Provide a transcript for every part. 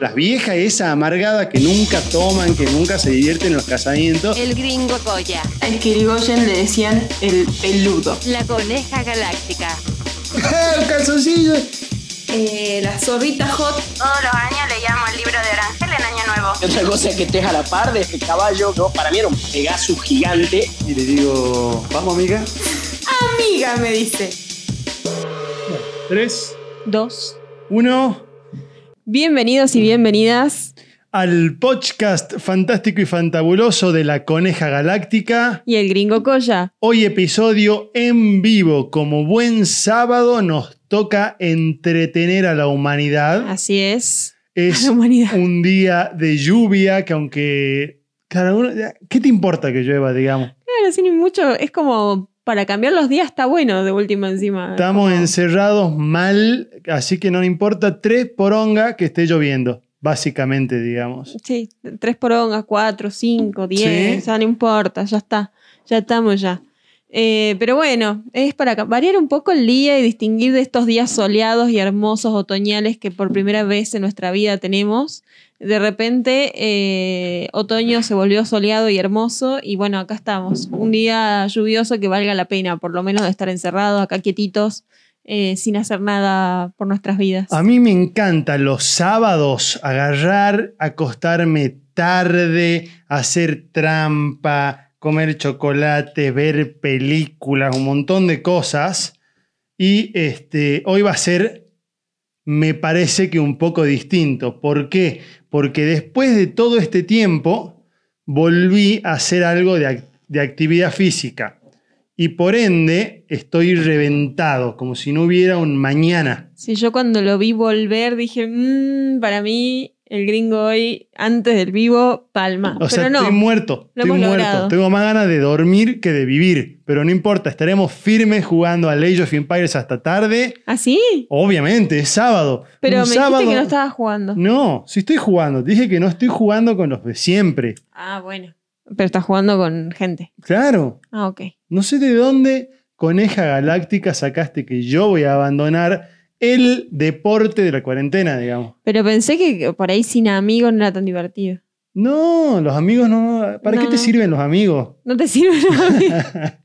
Las viejas esas amargadas que nunca toman, que nunca se divierten en los casamientos. El gringo Goya. Al Kirigoyen le decían el peludo. La coneja galáctica. ¡El calzoncillo! Eh, la zorrita hot. Todos los años leíamos el libro de Orangel en Año Nuevo. Y otra cosa es que estés a la par de este caballo. Yo, para mí era un Pegasus gigante. Y le digo, vamos amiga. Amiga, me dice. Tres, Dos. uno, Bienvenidos y bienvenidas. al podcast fantástico y fantabuloso de la Coneja Galáctica. Y el gringo Coya. Hoy episodio en vivo. Como buen sábado nos toca entretener a la humanidad. Así es. Es la humanidad. un día de lluvia que aunque... Claro, uno- ¿qué te importa que llueva, digamos? Claro, sin mucho. Es como para cambiar los días está bueno de última encima. Estamos Como- encerrados mal, así que no importa tres poronga que esté lloviendo, básicamente, digamos. Sí, tres porongas, cuatro, cinco, diez, Sí. ya no importa, ya está, ya estamos ya. Eh, pero bueno, es para ca- variar un poco el día y distinguir de estos días soleados y hermosos otoñales que por primera vez en nuestra vida tenemos. De repente, eh, otoño se volvió soleado y hermoso y bueno, acá estamos. Un día lluvioso que valga la pena, por lo menos de estar encerrados acá quietitos, eh, sin hacer nada por nuestras vidas. A mí me encanta los sábados agarrar, acostarme tarde, hacer trampa, comer chocolate, ver películas, un montón de cosas. Y este, hoy va a ser, me parece que un poco distinto. ¿Por qué? Porque después de todo este tiempo volví a hacer algo de, ac- de actividad física. Y por ende estoy reventado, como si no hubiera un mañana. Sí, yo cuando lo vi volver dije, "Mm, para mí el gringo hoy, antes del vivo, palma. O Pero sea, no, estoy muerto, Lo estoy hemos muerto. logrado. Tengo más ganas de dormir que de vivir, pero no importa, estaremos firmes jugando a Age of Empires hasta tarde. ¿así? Obviamente, es sábado. Pero Un me sábado- Mm. dijiste que no estaba jugando. No, sí estoy jugando. Te Dije que no estoy jugando con los de siempre. Ah, bueno. Pero estás jugando con gente. Claro. Ah, ok. No sé de dónde, Coneja Galáctica, sacaste que yo voy a abandonar el deporte de la cuarentena, digamos. Pero pensé que por ahí sin amigos no era tan divertido. No, los amigos no. ¿Para qué No. te sirven los amigos? No te sirve nada.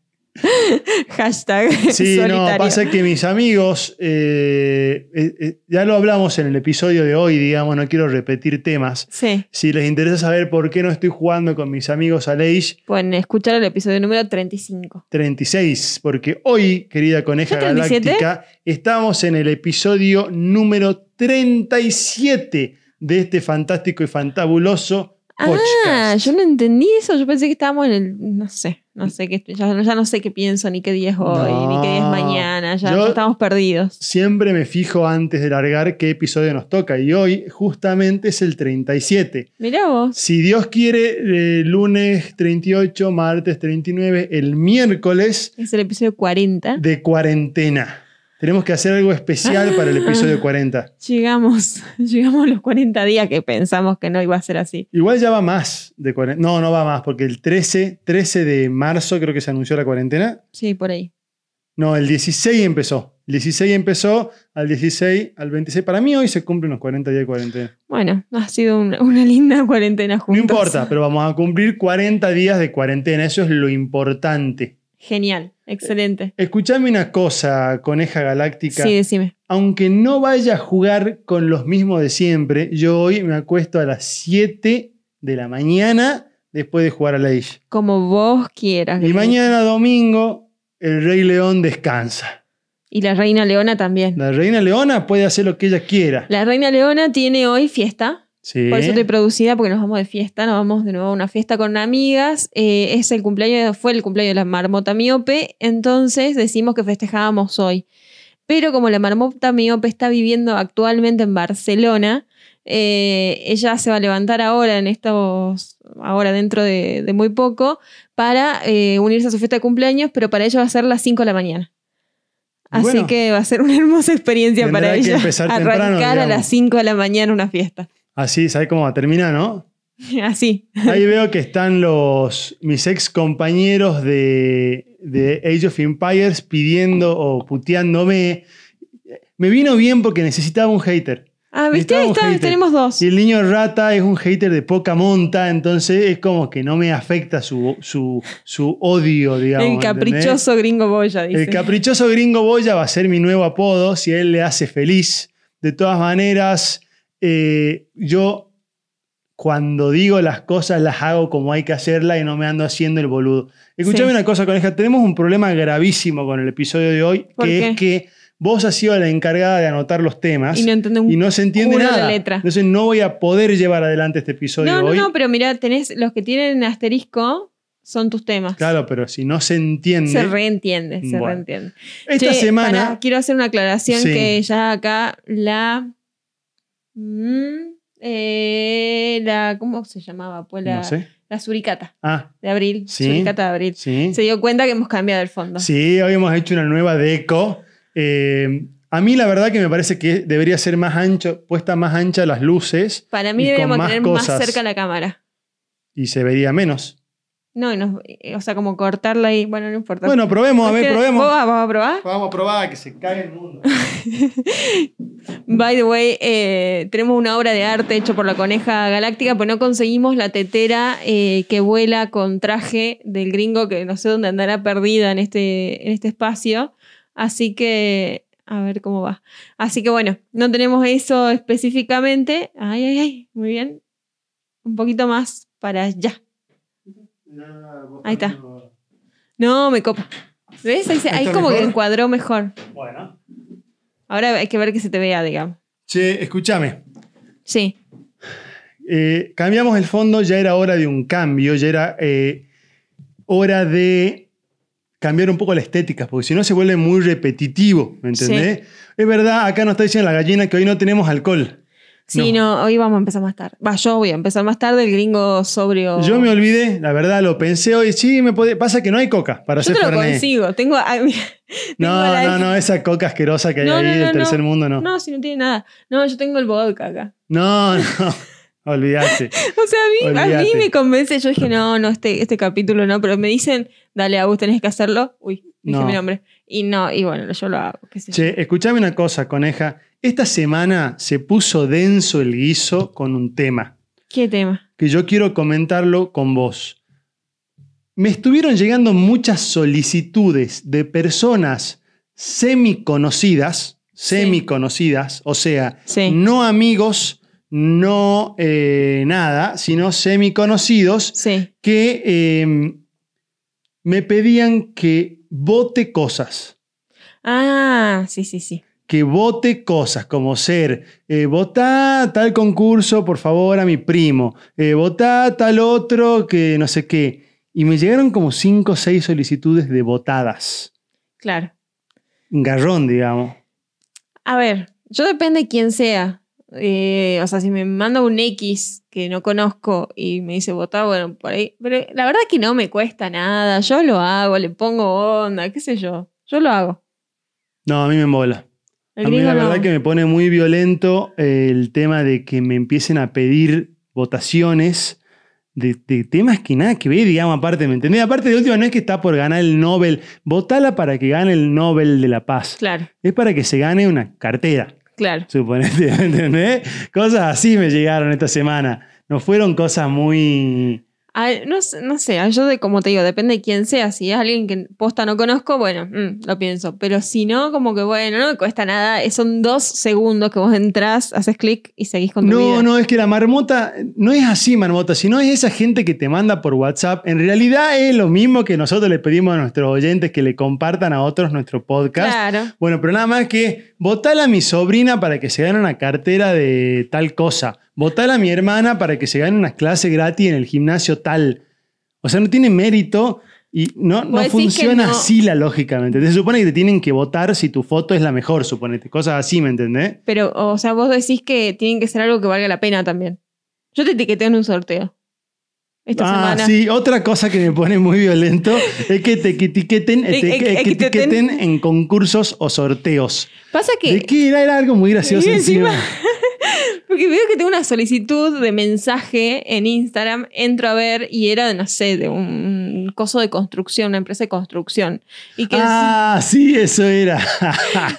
Hashtag Sí, no, solitario. pasa que mis amigos, eh, eh, eh, ya lo hablamos en el episodio de hoy, digamos, no quiero repetir temas. Sí, Si les interesa saber por qué no estoy jugando con mis amigos a Age pueden escuchar el episodio número 35. 36, porque hoy, querida coneja ¿Ya 37? galáctica, estamos en el episodio número 37 de este fantástico y fantabuloso Ah, podcast. yo no entendí eso. Yo pensé que estábamos en el. No sé, no sé qué. Ya, ya no sé qué pienso, ni qué día es hoy, ni qué día es No, mañana. Ya, yo- ya estamos perdidos. Siempre me fijo antes de largar qué episodio nos toca y hoy justamente es el 37. Mirá vos. Si Dios quiere, eh, lunes 38, martes 39, el miércoles Es el episodio 40. de cuarentena. Tenemos que hacer algo especial para el episodio 40. Llegamos, llegamos a los 40 días que pensamos que no iba a ser así. Igual ya va más de 40. No, no va más, porque el 13, 13 de marzo creo que se anunció la cuarentena. Sí, por ahí. No, el 16 empezó. El 16 empezó, al 16, al 26. Para mí hoy se cumplen los 40 días de cuarentena. Bueno, ha sido una, una linda cuarentena No juntos. importa, pero vamos a cumplir 40 días de cuarentena. Eso es lo importante. Genial, excelente. Escuchame una cosa, coneja galáctica. Sí, decime. aunque no vaya a jugar con los mismos de siempre, yo hoy me acuesto a las 7 de la mañana después de jugar a la Age. Como vos quieras. Y Gabriel. mañana domingo, el Rey León descansa. Y la reina Leona también. La Reina Leona puede hacer lo que ella quiera. La reina Leona tiene hoy fiesta. Sí. Por eso estoy producida, porque nos vamos de fiesta, nos vamos de nuevo a una fiesta con amigas. eh, es el cumpleaños, fue el cumpleaños de la marmota miope, entonces decimos que festejábamos hoy. Pero como la marmota miope está viviendo actualmente en Barcelona, eh, ella se va a levantar ahora en estos, ahora dentro de, de muy poco, para eh, unirse a su fiesta de cumpleaños, pero para ella va a ser las 5 de la mañana. Así Bueno. que va a ser una hermosa experiencia Tendrá para que ella empezar arrancar temprano, a digamos. las 5 de la mañana una fiesta. Así, ¿sabes Ah, cómo va a terminar, no? Así. Ahí veo que están los mis ex compañeros de, de Age of Empires pidiendo o puteándome. Me vino bien porque necesitaba un hater. Ah, ¿viste? Ahí Necesitamos está, hater. tenemos dos. Y el niño rata es un hater de poca monta, entonces es como que no me afecta su, su, su odio, digamos. El ¿entendés? caprichoso gringo boya, dice. El caprichoso gringo Boya va a ser mi nuevo apodo si a él le hace feliz. De todas maneras, eh, yo cuando digo las cosas las hago como hay que hacerlas y no me ando haciendo el boludo. Escuchame Sí. una cosa, coneja. Tenemos un problema gravísimo con el episodio de hoy, ¿Por que qué? es que vos has sido la encargada de anotar los temas y no entiende un y no se entiende culo la nada. letra. Entonces no voy a poder llevar adelante este episodio No, no, hoy. no, pero mira, tenés los que tienen asterisco son tus temas. Claro, pero si no se entiende. Se reentiende, se Bueno. reentiende. esta Che, semana. pará, quiero hacer una aclaración Sí. que ya acá la. Mm, eh, la ¿Cómo se llamaba? Pues la, No sé. la suricata Ah, de abril. Sí. Suricata de abril. sí. Se dio cuenta que hemos cambiado el fondo. Sí, hoy hemos hecho una nueva deco. Eh, a mí la verdad que me parece que debería ser más ancho, puesta más ancha las luces Para mí Y con deberíamos más tener cosas. más cerca la cámara. y se vería menos. No, y nos- eh, o sea, como cortarla ahí. Bueno, no importa. Bueno, probemos, a ver, ¿Qué- probemos. ¿Vos vas vas a probar? Vamos a probar que se cae el mundo. By the way, eh, tenemos una obra de arte hecho por la Coneja Galáctica, pero no conseguimos la tetera eh, que vuela con traje del gringo, que no sé dónde andará perdida en este, en este espacio. Así que, a ver cómo va. Así que bueno, no tenemos eso específicamente. Ay, ay, ay, muy bien. Un poquito más para allá. Ahí está. No, me copa. ¿Ves? Ahí, se- ¿Está ahí como mejor? que encuadró mejor. Bueno. Ahora hay que ver que se te vea, digamos. Che, escúchame. Sí. Eh, cambiamos el fondo, ya era hora de un cambio, ya era eh, hora de cambiar un poco la estética, porque si no se vuelve muy repetitivo, ¿me entendés? Es verdad, acá nos está diciendo la gallina que hoy no tenemos alcohol. Sí, no. hoy vamos a empezar más tarde. Va, yo voy a empezar más tarde, el gringo sobrio. Yo me olvidé, la verdad, lo pensé hoy, sí, me puede, pasa que no hay coca para Yo hacer te lo Fernet. consigo. Tengo. ay, mira, No, tengo la- no, no, esa coca asquerosa que hay No, ahí no, no, del tercer no. mundo, no. No, No, si no tiene nada. No, yo tengo el vodka acá. no, olvídate. O sea, a mí, a mí Olvídate. me convence. Yo dije, no, no, este, este capítulo no, pero me dicen, dale, Agus, tenés que hacerlo. Uy, dije No. mi nombre. Y no, y bueno, yo lo hago. qué sé yo. Che, escuchame una cosa, coneja. Esta semana se puso denso el guiso con un tema. ¿Qué tema? que yo quiero comentarlo con vos. Me estuvieron llegando muchas solicitudes de personas semiconocidas, semiconocidas, o sea, Sí. no amigos, no eh, nada, sino semiconocidos, Sí. que eh, me pedían que vote cosas Ah, sí, sí, sí. que vote cosas como ser, eh, votá tal concurso, por favor, a mi primo, eh, votá tal otro, que no sé qué. Y me llegaron como 5 o 6 solicitudes de votadas. Claro. Un garrón, digamos. A ver, yo depende de quién sea. Eh, o sea, si me manda un X que no conozco y me dice votar, bueno, por ahí. Pero la verdad que no me cuesta nada. Yo lo hago, le pongo onda, qué sé yo. Yo lo hago. No, a mí me mola. El a mí gringo la no. verdad que me pone muy violento eh, el tema de que me empiecen a pedir votaciones de, de temas que nada que ver, digamos, aparte, ¿me entendés? Aparte de última, no es que está por ganar el Nobel. Votala para que gane el Nobel de la Paz. Claro, Es para que se gane una cartera. claro. suponete, ¿me ¿entendés? Cosas así me llegaron esta semana. No fueron cosas muy... Ay, no, sé- no sé, yo de como te digo, depende de quién sea. Si es alguien que posta no conozco, bueno, mm, lo pienso. Pero si no, como que bueno, no me cuesta nada. Eh, Son dos segundos que vos entrás, haces clic y seguís con tu vida. No, no, es que la marmota no es así, marmota, sino es esa gente que te manda por WhatsApp. En realidad es lo mismo que nosotros le pedimos a nuestros oyentes que le compartan a otros nuestro podcast. Claro. Bueno, pero nada más que votar a mi sobrina para que se gane una cartera de tal cosa. Votar a mi hermana para que se gane una clase gratis en el gimnasio tal. O sea, no tiene mérito y no, no Vos decís que funciona no. así la lógica, ¿me entendés? Se supone que te tienen que votar si tu foto es la mejor, suponete. Cosas así, ¿me entendés? Pero, o sea, vos decís que tienen que ser algo que valga la pena también. Yo te etiqueté en un sorteo. Esta ah, semana. sí. Otra cosa que me pone muy violento es que te etiqueten, Eh, te- eh, que- que etiqueten. etiqueten en concursos o sorteos. Pasa ¿De que. qué era? Era algo muy gracioso Y encima- encima. Porque veo que tengo una solicitud de mensaje en Instagram, entro a ver y era, de, no sé, de un coso de construcción, una empresa de construcción. Y que el- Ah, sí, eso era.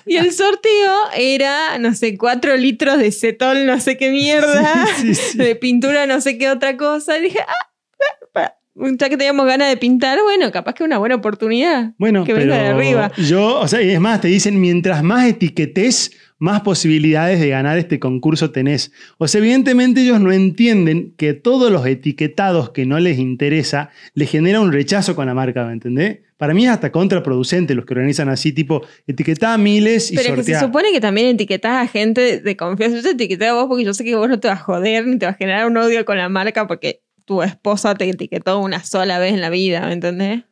y el sorteo era, no sé, cuatro litros de cetol, no sé qué mierda, Sí, sí, sí. de pintura, no sé qué otra cosa. Y dije, ah, pa- ya que teníamos ganas de pintar, bueno, capaz que una buena oportunidad. Bueno, que pero venga de arriba. yo, o sea, y es más, te dicen, mientras más etiquetes, más posibilidades de ganar este concurso tenés. O sea, evidentemente ellos no entienden que todos los etiquetados que no les interesa les genera un rechazo con la marca, ¿me entendés? Para mí es hasta contraproducente los que organizan así, tipo, etiquetá a miles y Pero es que se sorteá. supone que también etiquetás a gente de confianza. Yo te etiqueté a vos porque yo sé que vos no te vas a joder ni te vas a generar un odio con la marca porque tu esposa te etiquetó una sola vez en la vida, ¿me entendés?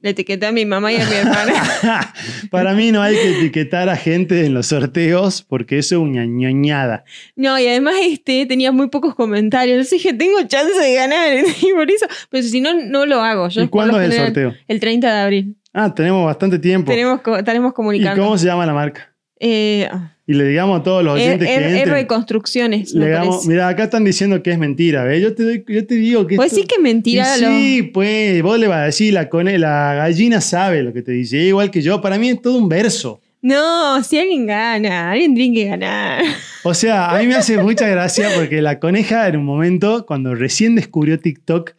Le etiqueté a mi mamá y a mi hermana. Para mí no hay que etiquetar a gente en los sorteos porque eso es una ñoñada. No, y además este, tenía muy pocos comentarios. Entonces dije, tengo chance de ganar. Y por eso, pero si no, no lo hago. Yo ¿Y por lo cuándo es el general, sorteo? El 30 de abril. Ah, tenemos bastante tiempo. Tenemos, co- estaremos ¿Y comunicando. cómo se llama la marca? Eh, ah, Y le digamos a todos los R, oyentes que R- entren, R Construcciones, le me digamos, parece. mira, acá están diciendo que es mentira, ¿ves? Yo te, doy- yo te digo que Pues esto- sí que mentira. Y lo- sí, pues, vos le vas a decir, la, cone- la gallina sabe lo que te dice, igual que yo, para mí es todo un verso. No, si alguien gana, alguien tiene que ganar. O sea, a mí me hace mucha gracia porque la coneja en un momento, cuando recién descubrió TikTok,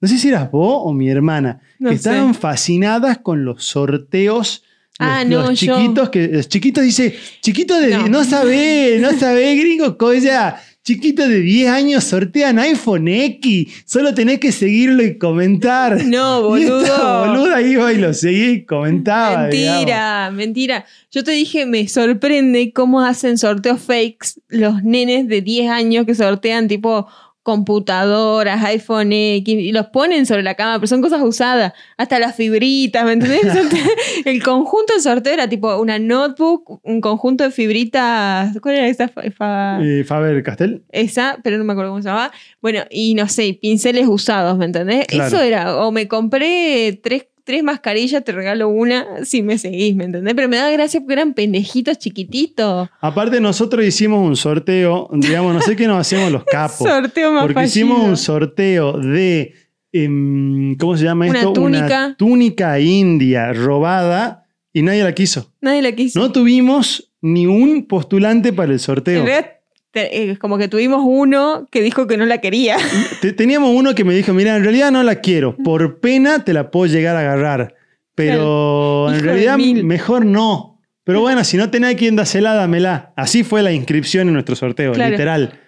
no sé si eras vos o mi hermana, No que sé. estaban fascinadas con los sorteos. Los, Ah, no, los yo- chiquitos que los chiquitos dice, chiquitos de No. die- no, sabés, no sabés, gringo colla, chiquitos de 10 años sortean iPhone X, solo tenés que seguirlo y comentar. No, Y esta boludo. boluda iba y lo seguí y comentaba. mentira, digamos. mentira. Yo te dije, me sorprende cómo hacen sorteos fakes los nenes de 10 años que sortean tipo computadoras, iPhone X, y los ponen sobre la cama, pero son cosas usadas, hasta las fibritas, ¿me entendés? El sorteo- El conjunto del sorteo era tipo una notebook, un conjunto de fibritas, ¿cuál era esa? Fa- fa- Eh, Faber Castell. esa, pero no me acuerdo cómo se llamaba. Bueno, y no sé, pinceles usados, ¿me entendés? Claro. Eso era, o me compré tres, tres mascarillas, te regalo una si me seguís, ¿me entendés? Pero me da gracia porque eran pendejitos chiquititos. Aparte nosotros hicimos un sorteo, digamos, no sé qué nos hacemos los capos. Sorteo más Porque fallido. hicimos un sorteo de, em, ¿cómo se llama Una esto? túnica. túnica india robada y nadie la quiso. Nadie la quiso. No tuvimos ni un postulante para el sorteo. En realidad, te- eh, como que tuvimos uno que dijo que no la quería. Te- teníamos uno que me dijo, mira, en realidad no la quiero, Mm. por pena te la puedo llegar a agarrar, pero Claro. en Hijo de realidad mil. mejor no. Pero bueno, si no tenés a quien dásela, dámela. Así fue la inscripción en nuestro sorteo, Claro. literal.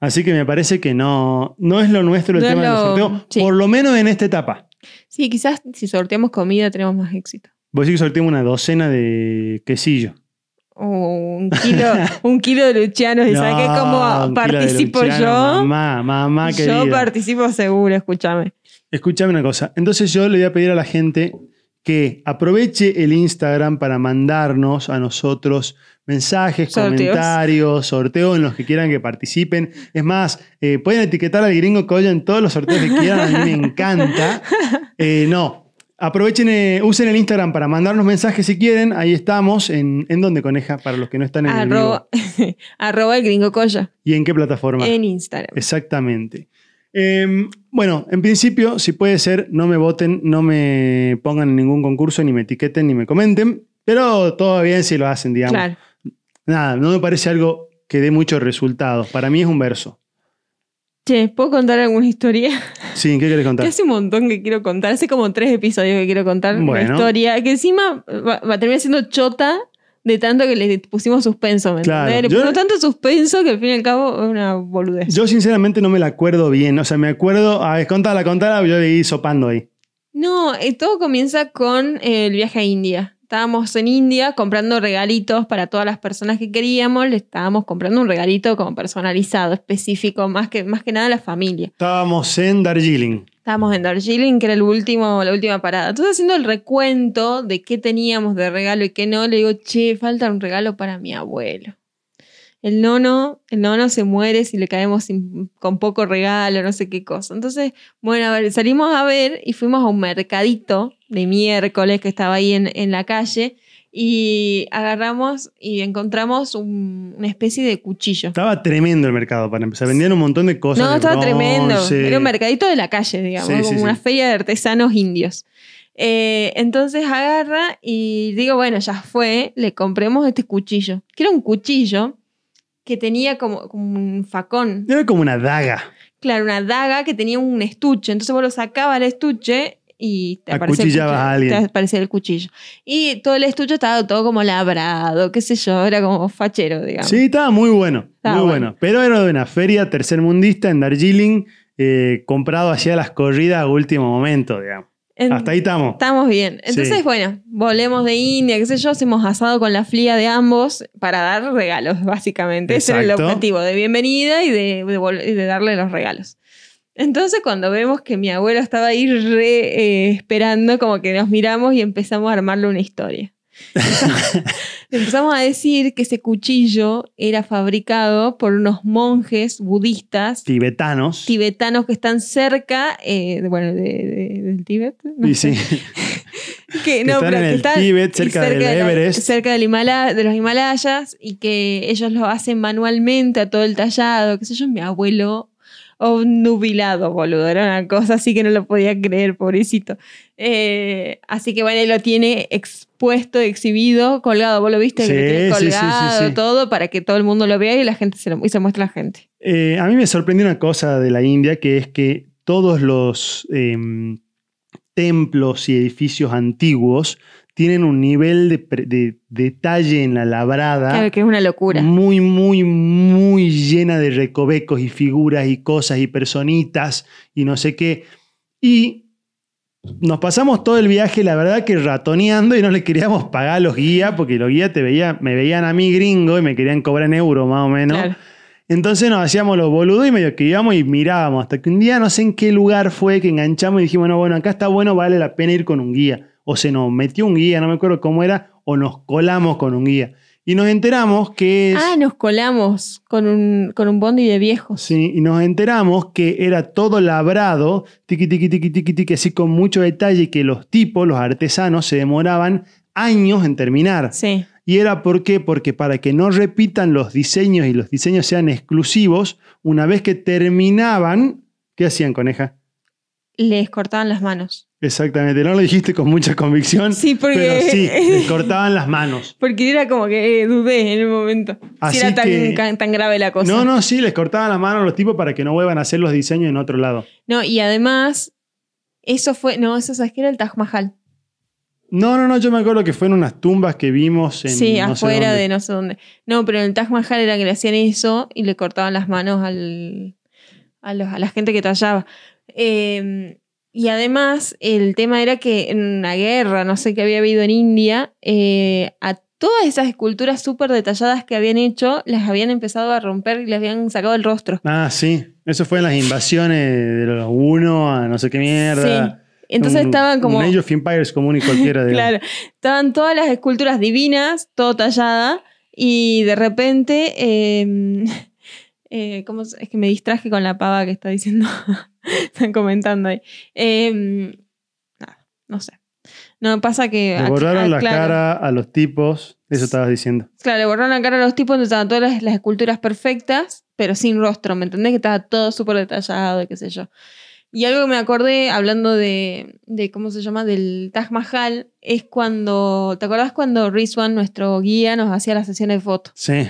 Así que me parece que no, no es lo nuestro el No es tema del lo- sorteo, sí. por lo menos en esta etapa. Sí, quizás si sorteamos comida tenemos más éxito. Voy a decir que sorteamos una docena de quesillo. O un kilo, un kilo de Luciano, ¿y sabes qué? No, un Como kilo participo de Luciano, yo? Mamá, mamá querida. yo participo seguro, escúchame. Escúchame una cosa. Entonces yo le voy a pedir a la gente que aproveche el Instagram para mandarnos a nosotros mensajes, Sorteos. comentarios, sorteos en los que quieran que participen. Es más, eh, pueden etiquetar al gringo Colla en todos los sorteos que quieran. A mí me encanta. Eh, no. Aprovechen, eh, usen el Instagram para mandarnos mensajes si quieren. Ahí estamos. ¿En, en dónde, Coneja? Para los que no están en el vivo. Arroba, arroba el gringo Colla ¿Y en qué plataforma? en Instagram. Exactamente. Eh, bueno, en principio, si puede ser, no me voten, no me pongan en ningún concurso, ni me etiqueten, ni me comenten, pero todo bien si lo hacen, digamos. Claro. Nada, no me parece algo que dé muchos resultados. Para mí es un verso. Che, ¿puedo contar alguna historia? Sí, ¿qué querés Que contar? hace un montón que quiero contar. Hace como tres episodios que quiero contar una Bueno. historia. Que encima va, va a terminar siendo chota de tanto que le pusimos suspenso, ¿me Claro. entendés? Le Yo- pusimos tanto suspenso que al fin y al cabo es una boludez. Yo sinceramente no me la acuerdo bien. O sea, me acuerdo, a ver, contala, contala, yo le iba sopando ahí. No, eh, todo comienza con eh, el viaje a India. Estábamos en India comprando regalitos para todas las personas que queríamos. Le estábamos comprando un regalito como personalizado, específico, más que, más que nada a la familia. Estábamos en Darjeeling. Estábamos en Darjeeling, que era el último, la última parada. Entonces, haciendo el recuento de qué teníamos de regalo y qué no, le digo, che, falta un regalo para mi abuelo. El nono, el nono se muere si le caemos sin- con poco regalo, no sé qué cosa. Entonces, bueno, a ver, salimos a ver y fuimos a un mercadito de miércoles que estaba ahí en, en la calle. y agarramos y encontramos un- una especie de cuchillo. Estaba tremendo el mercado para empezar. Vendían un montón de cosas. No, de estaba tremendo. bronce. Era un mercadito de la calle, digamos, Sí, sí, como una sí. feria de artesanos indios. Eh, entonces agarra y digo, bueno, ya fue, le compremos este cuchillo. Que era un cuchillo que tenía como, como un facón. Era como una daga. Claro, una daga que tenía un estuche. Entonces vos lo sacabas al estuche y te aparecía el Acuchillabas cuchillo, a alguien. te aparecía el cuchillo. Y todo el estuche estaba todo como labrado, qué sé yo, era como fachero, digamos. Sí, estaba muy bueno. Estaba muy bueno. bueno. Pero era de una feria tercermundista en Darjeeling, eh, comprado hacia las corridas a último momento, digamos. En- Hasta ahí estamos. Estamos bien. Entonces, Sí. bueno, volvemos de India, qué sé yo, hacemos asado con la flia de ambos para dar regalos, básicamente. Ese era el Exacto. objetivo, de bienvenida y de, de vol- y de darle los regalos. Entonces, cuando vemos que mi abuelo estaba ahí re, eh, esperando, como que nos miramos y empezamos a armarle una historia. Le empezamos a decir que ese cuchillo era fabricado por unos monjes budistas Tibetanos. tibetanos que están cerca eh, de- bueno, de- de- del Tíbet. no Y sé sí, que, que no, están pero en que el están- Tíbet, y cerca del de la- Everest. cerca del Himala- de los Himalayas y que ellos lo hacen manualmente a todo el tallado, qué sé yo, mi abuelo obnubilado, boludo, era una cosa así que no lo podía creer, pobrecito. Eh, así que bueno, él lo tiene expuesto, exhibido, colgado, vos lo viste, Sí, que lo tiene sí, sí, sí, colgado, sí. todo, para que todo el mundo lo vea y la gente se, lo, y se muestre a la gente. Eh, a mí me sorprendió una cosa de la India, que es que todos los em, templos y edificios antiguos tienen un nivel de, pre- de detalle en la labrada. Claro que es una locura. Muy, muy, muy llena de recovecos y figuras y cosas y personitas y no sé qué. Y nos pasamos todo el viaje, la verdad que ratoneando y no le queríamos pagar a los guías porque los guías te veía, me veían a mí gringo y me querían cobrar en euro más o menos. Claro. Entonces nos hacíamos los boludos y medio que íbamos y mirábamos. Hasta que un día no sé en qué lugar fue que enganchamos y dijimos, no, bueno, acá está bueno, vale la pena ir con un guía. O se nos metió un guía, no me acuerdo cómo era, o nos colamos con un guía. Y nos enteramos que es... Ah, nos colamos con un, con un bondi de viejos. Sí, y nos enteramos que era todo labrado, tiqui, tiqui, tiqui, tiqui, tiqui, así con mucho detalle, y que los tipos, los artesanos, se demoraban años en terminar. Sí. Y era por qué? porque para que no repitan los diseños y los diseños sean exclusivos, una vez que terminaban, ¿qué hacían, coneja? les cortaban las manos. Exactamente, no lo dijiste con mucha convicción, Sí, porque- pero sí, les cortaban las manos. Porque era como que eh, dudé en el momento. Así si era tan, que- ca- tan grave la cosa. No, no, sí, les cortaban las manos a los tipos para que no vuelvan a hacer los diseños en otro lado. No, y además, eso fue. No, eso sabes que era el Taj Mahal. No, no, no, yo me acuerdo que fue en unas tumbas que vimos en sí, no sé afuera dónde. de no sé dónde. No, pero en el Taj Mahal era que le hacían eso y le cortaban las manos al, a, los- a la gente que tallaba. Eh, y además, el tema era que en una guerra, no sé qué había habido en India, eh, a todas esas esculturas súper detalladas que habían hecho, las habían empezado a romper y les habían sacado el rostro. Ah, sí. Eso fue en las invasiones de los uno a no sé qué mierda. Sí. Entonces Un- estaban como. Un Age of Empires común y cualquiera. digamos. Claro, estaban todas las esculturas divinas, todo tallada, y de repente, eh, eh, ¿cómo se- es que me distraje con la pava que está diciendo, están comentando ahí. Eh, nada, no sé. No, pasa que... Le ac- borraron ah, la claro, cara a los tipos. Eso estabas diciendo. Claro, le borraron la cara a los tipos, donde estaban todas las, las esculturas perfectas, pero sin rostro, ¿me entendés? Que estaba todo súper detallado y qué sé yo. Y algo que me acordé, hablando de, de, ¿cómo se llama?, del Taj Mahal, es cuando, ¿te acordás cuando Rizwan, nuestro guía, nos hacía las sesiones de fotos? Sí.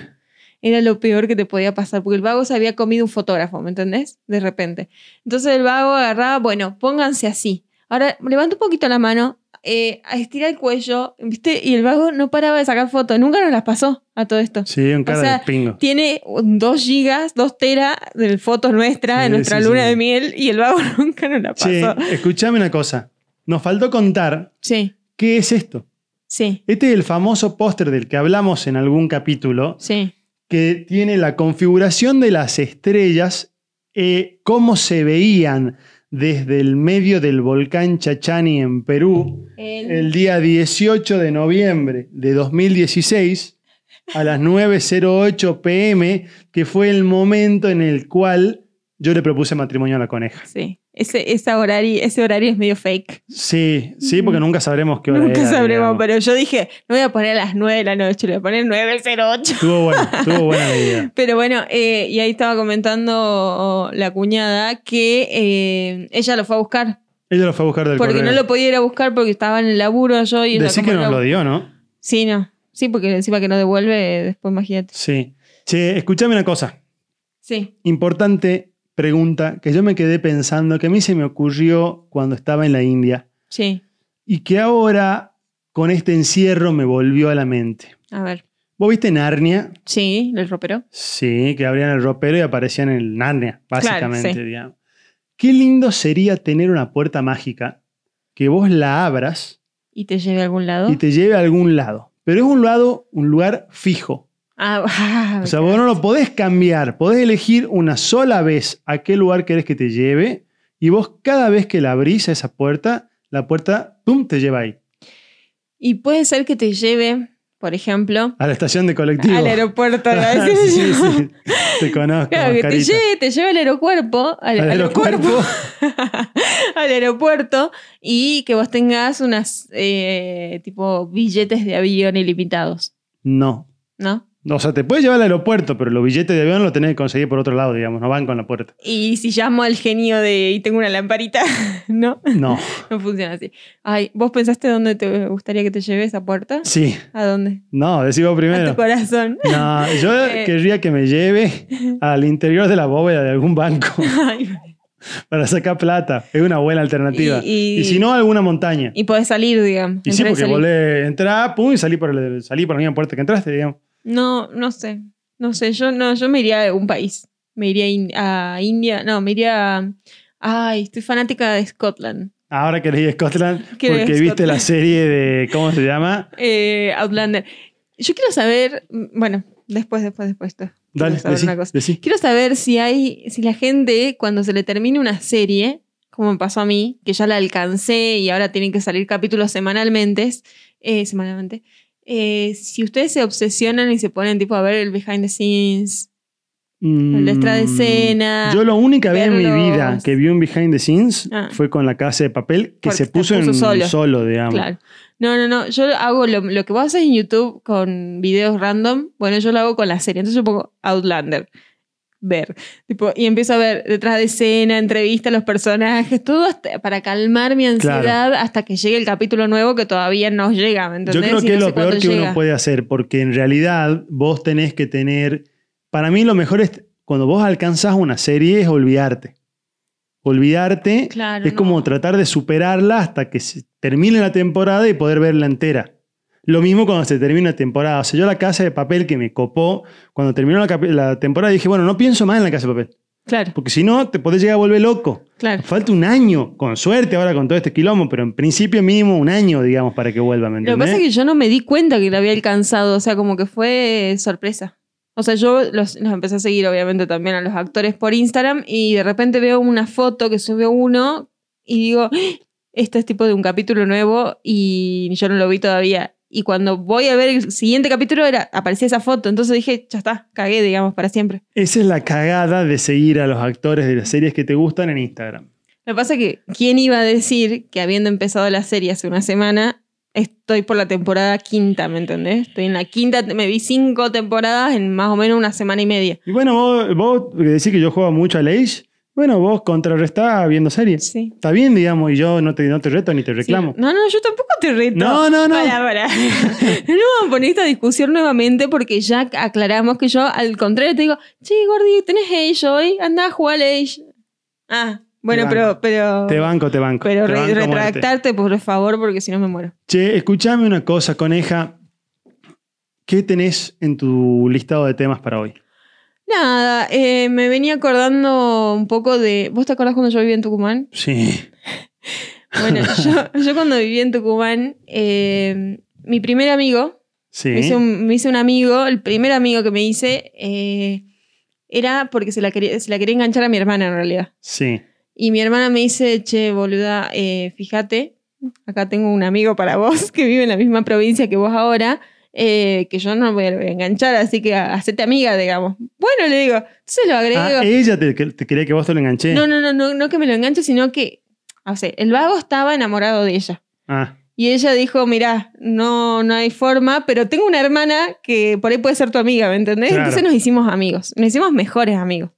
Era lo peor que te podía pasar, porque el vago se había comido un fotógrafo, ¿me entendés? De repente. Entonces el vago agarraba, bueno, pónganse así. Ahora, levanta un poquito la mano, eh, estira el cuello, ¿viste? Y el vago no paraba de sacar fotos, nunca nos las pasó a todo esto Sí, un cara sea, de pingo. tiene 2 gigas, 2 teras de fotos nuestras, de Sí, nuestra sí, luna sí. de miel, y el vago nunca nos la Sí, pasó. escúchame una cosa. Nos faltó contar Sí, qué es esto. sí, Este es el famoso póster del que hablamos en algún capítulo, sí. que tiene la configuración de las estrellas, eh, cómo se veían desde el medio del volcán Chachani en Perú el día 18 de noviembre de 2016 a las 9.08 pm, que fue el momento en el cual Yo le propuse matrimonio a la coneja. Sí. Ese, ese horario, ese horario es medio fake. Sí, sí, porque nunca sabremos qué hora Nunca era, sabremos, digamos. pero yo dije, no voy a poner a las 9 de la noche, le voy a poner 9.08. Estuvo bueno, estuvo buena la idea. Pero bueno, eh, y ahí estaba comentando la cuñada que eh, ella lo fue a buscar. Ella lo fue a buscar del Porque correo. no lo podía ir a buscar porque estaba en el laburo yo y ella Decí como que nos no- lo dio, ¿no? Sí, no. Sí, porque encima que no devuelve, eh, después imagínate. Sí. Che, escúchame una cosa. Sí. Importante pregunta que yo me quedé pensando, que a mí se me ocurrió cuando estaba en la India Sí. y que ahora con este encierro me volvió a la mente. A ver. ¿Vos viste Narnia? Sí, el ropero. Sí, que abrían el ropero y aparecían en el Narnia, básicamente, sí. digamos. Qué lindo sería tener una puerta mágica que vos la abras ¿Y te lleve a algún lado? y te lleve a algún lado. Pero es un lado, un lugar fijo. Ah, ah, O sea, vos no lo podés cambiar. Podés elegir una sola vez a qué lugar querés que te lleve. Y vos cada vez que la abrís a esa puerta, la puerta, ¡pum!, te lleva ahí. Y puede ser que te lleve, por ejemplo, A la estación de colectivo. al aeropuerto. ¿no? Ah, Sí, sí, sí. sí. Te conozco, Claro, que te Mascarita. lleve, te lleve al aeropuerto, al, Al al aeropuerto. aeropuerto, al aeropuerto y que vos tengas unas eh, tipo billetes de avión ilimitados, No. ¿no? O sea, te puedes llevar al aeropuerto, pero los billetes de avión los tenés que conseguir por otro lado, digamos. No van con la puerta. Y si llamo al genio de y tengo una lamparita, no, No. no funciona así. Ay, ¿vos pensaste dónde te gustaría que te lleve esa puerta? Sí. ¿A dónde? No, decí vos A primero. tu corazón. No, yo Eh. querría que me lleve al interior de la bóveda de algún banco Ay, para sacar plata. Es una buena alternativa. Y, Y- y- si no, alguna montaña. Y, y podés salir, digamos. sí, entrar y porque salir. volé, entrar, pum, y salí por, el- salí por la misma puerta que entraste, digamos. No, no sé. No sé, yo no, yo me iría a un país. Me iría a In- a India. No, me iría a. Ay, estoy fanática de Scotland. Ahora que leí Scotland, porque Quiero ir a viste Scotland. la serie de, ¿cómo se llama? Eh, Outlander. Yo quiero saber. mm, Bueno, después, después, después. esto. Quiero Dale, saber decí, una cosa. decí. Quiero saber si hay. Si la gente, cuando se le termina una serie, como me pasó a mí, que ya la alcancé y ahora tienen que salir capítulos semanalmente. eh, semanalmente. eh, si ustedes se obsesionan y se ponen tipo a ver el behind the scenes, Mm, el extra de escena, Yo la única vez en mi verlos. vida que vi un behind the scenes Ah. fue con la casa de papel que Porque se se puso, puso en solo. solo, digamos. Claro. No, no, no. Yo hago lo, lo que vos haces en YouTube con videos random. Bueno, yo lo hago con la serie. Entonces yo pongo Outlander. Ver. Tipo, y empiezo a ver detrás de escena, entrevista a los personajes, todo hasta- para calmar mi ansiedad hasta que llegue el capítulo nuevo que todavía no llega. ¿me Yo entendés? creo Y que es no lo sé peor que cuándo llega. uno puede hacer, porque en realidad vos tenés que tener. Para mí, lo mejor es cuando vos alcanzás una serie es olvidarte. Olvidarte Claro, es no. como tratar de superarla hasta que se termine la temporada y poder verla entera. Lo mismo cuando se termina la temporada. O sea, yo la casa de papel que me copó, cuando terminó la, cap- la temporada dije, bueno, no pienso más en la casa de papel, Claro, porque si no, te podés llegar a volver loco. claro. Falta un año, con suerte ahora con todo este quilombo, pero en principio mínimo un año, digamos, para que vuelva, ¿me Lo que entendés? pasa es que yo no me di cuenta que lo había alcanzado, o sea, como que fue sorpresa. O sea, yo los, los empecé a seguir, obviamente, también a los actores por Instagram y de repente veo una foto que sube uno y digo, "Ah, este es tipo de un capítulo nuevo y yo no lo vi todavía. Y cuando voy a ver el siguiente capítulo, era, aparecía esa foto. Entonces dije, ya está, cagué, digamos, para siempre. Esa es la cagada de seguir a los actores de las series que te gustan en Instagram. Lo que pasa es que, ¿quién iba a decir que habiendo empezado la serie hace una semana, estoy por la temporada quinta, ¿me entendés? Estoy en la quinta, me vi cinco temporadas en más o menos una semana y media. Y bueno, vos, vos que decís que yo juego mucho al Age, bueno, vos contrarrestás viendo series. Sí. Está bien, digamos, y yo no te, no te reto ni te Sí. reclamo. No, no, yo tampoco te reto. No, no, no. Pará, pará. No vamos a poner esta discusión nuevamente porque ya aclaramos que yo, al contrario, te digo, che, Gordi, tenés Age hoy, anda a jugar al Age. Ah, bueno, Te pero, banco. pero. Te banco, te banco. te Pero re- banco a muerte. retractarte, por favor, porque si no me muero. Che, escúchame una cosa, coneja. ¿Qué tenés en tu listado de temas para hoy? Nada, eh, me venía acordando un poco de. ¿Vos te acordás cuando yo vivía en Tucumán? Sí. Bueno, yo, yo cuando vivía en Tucumán, eh, mi primer amigo, Sí. me, hice un, me hice un amigo, el primer amigo que me hice, eh, era porque se la, quería, se la quería enganchar a mi hermana en realidad. Sí. Y mi hermana me dice, che, boluda, eh, fíjate, acá tengo un amigo para vos que vive en la misma provincia que vos ahora. eh, que yo no voy a voy a enganchar, así que ha- hacete amiga, digamos. Bueno, le digo, entonces lo agrego. Ah, ella te, te quería que vos te lo enganché. No, no, no, no, no que me lo enganche, sino que, o sea, el vago estaba enamorado de ella. Ah, Y ella dijo, mirá, no, no hay forma, pero tengo una hermana que por ahí puede ser tu amiga, ¿me entendés? Claro. Entonces nos hicimos amigos, nos hicimos mejores amigos.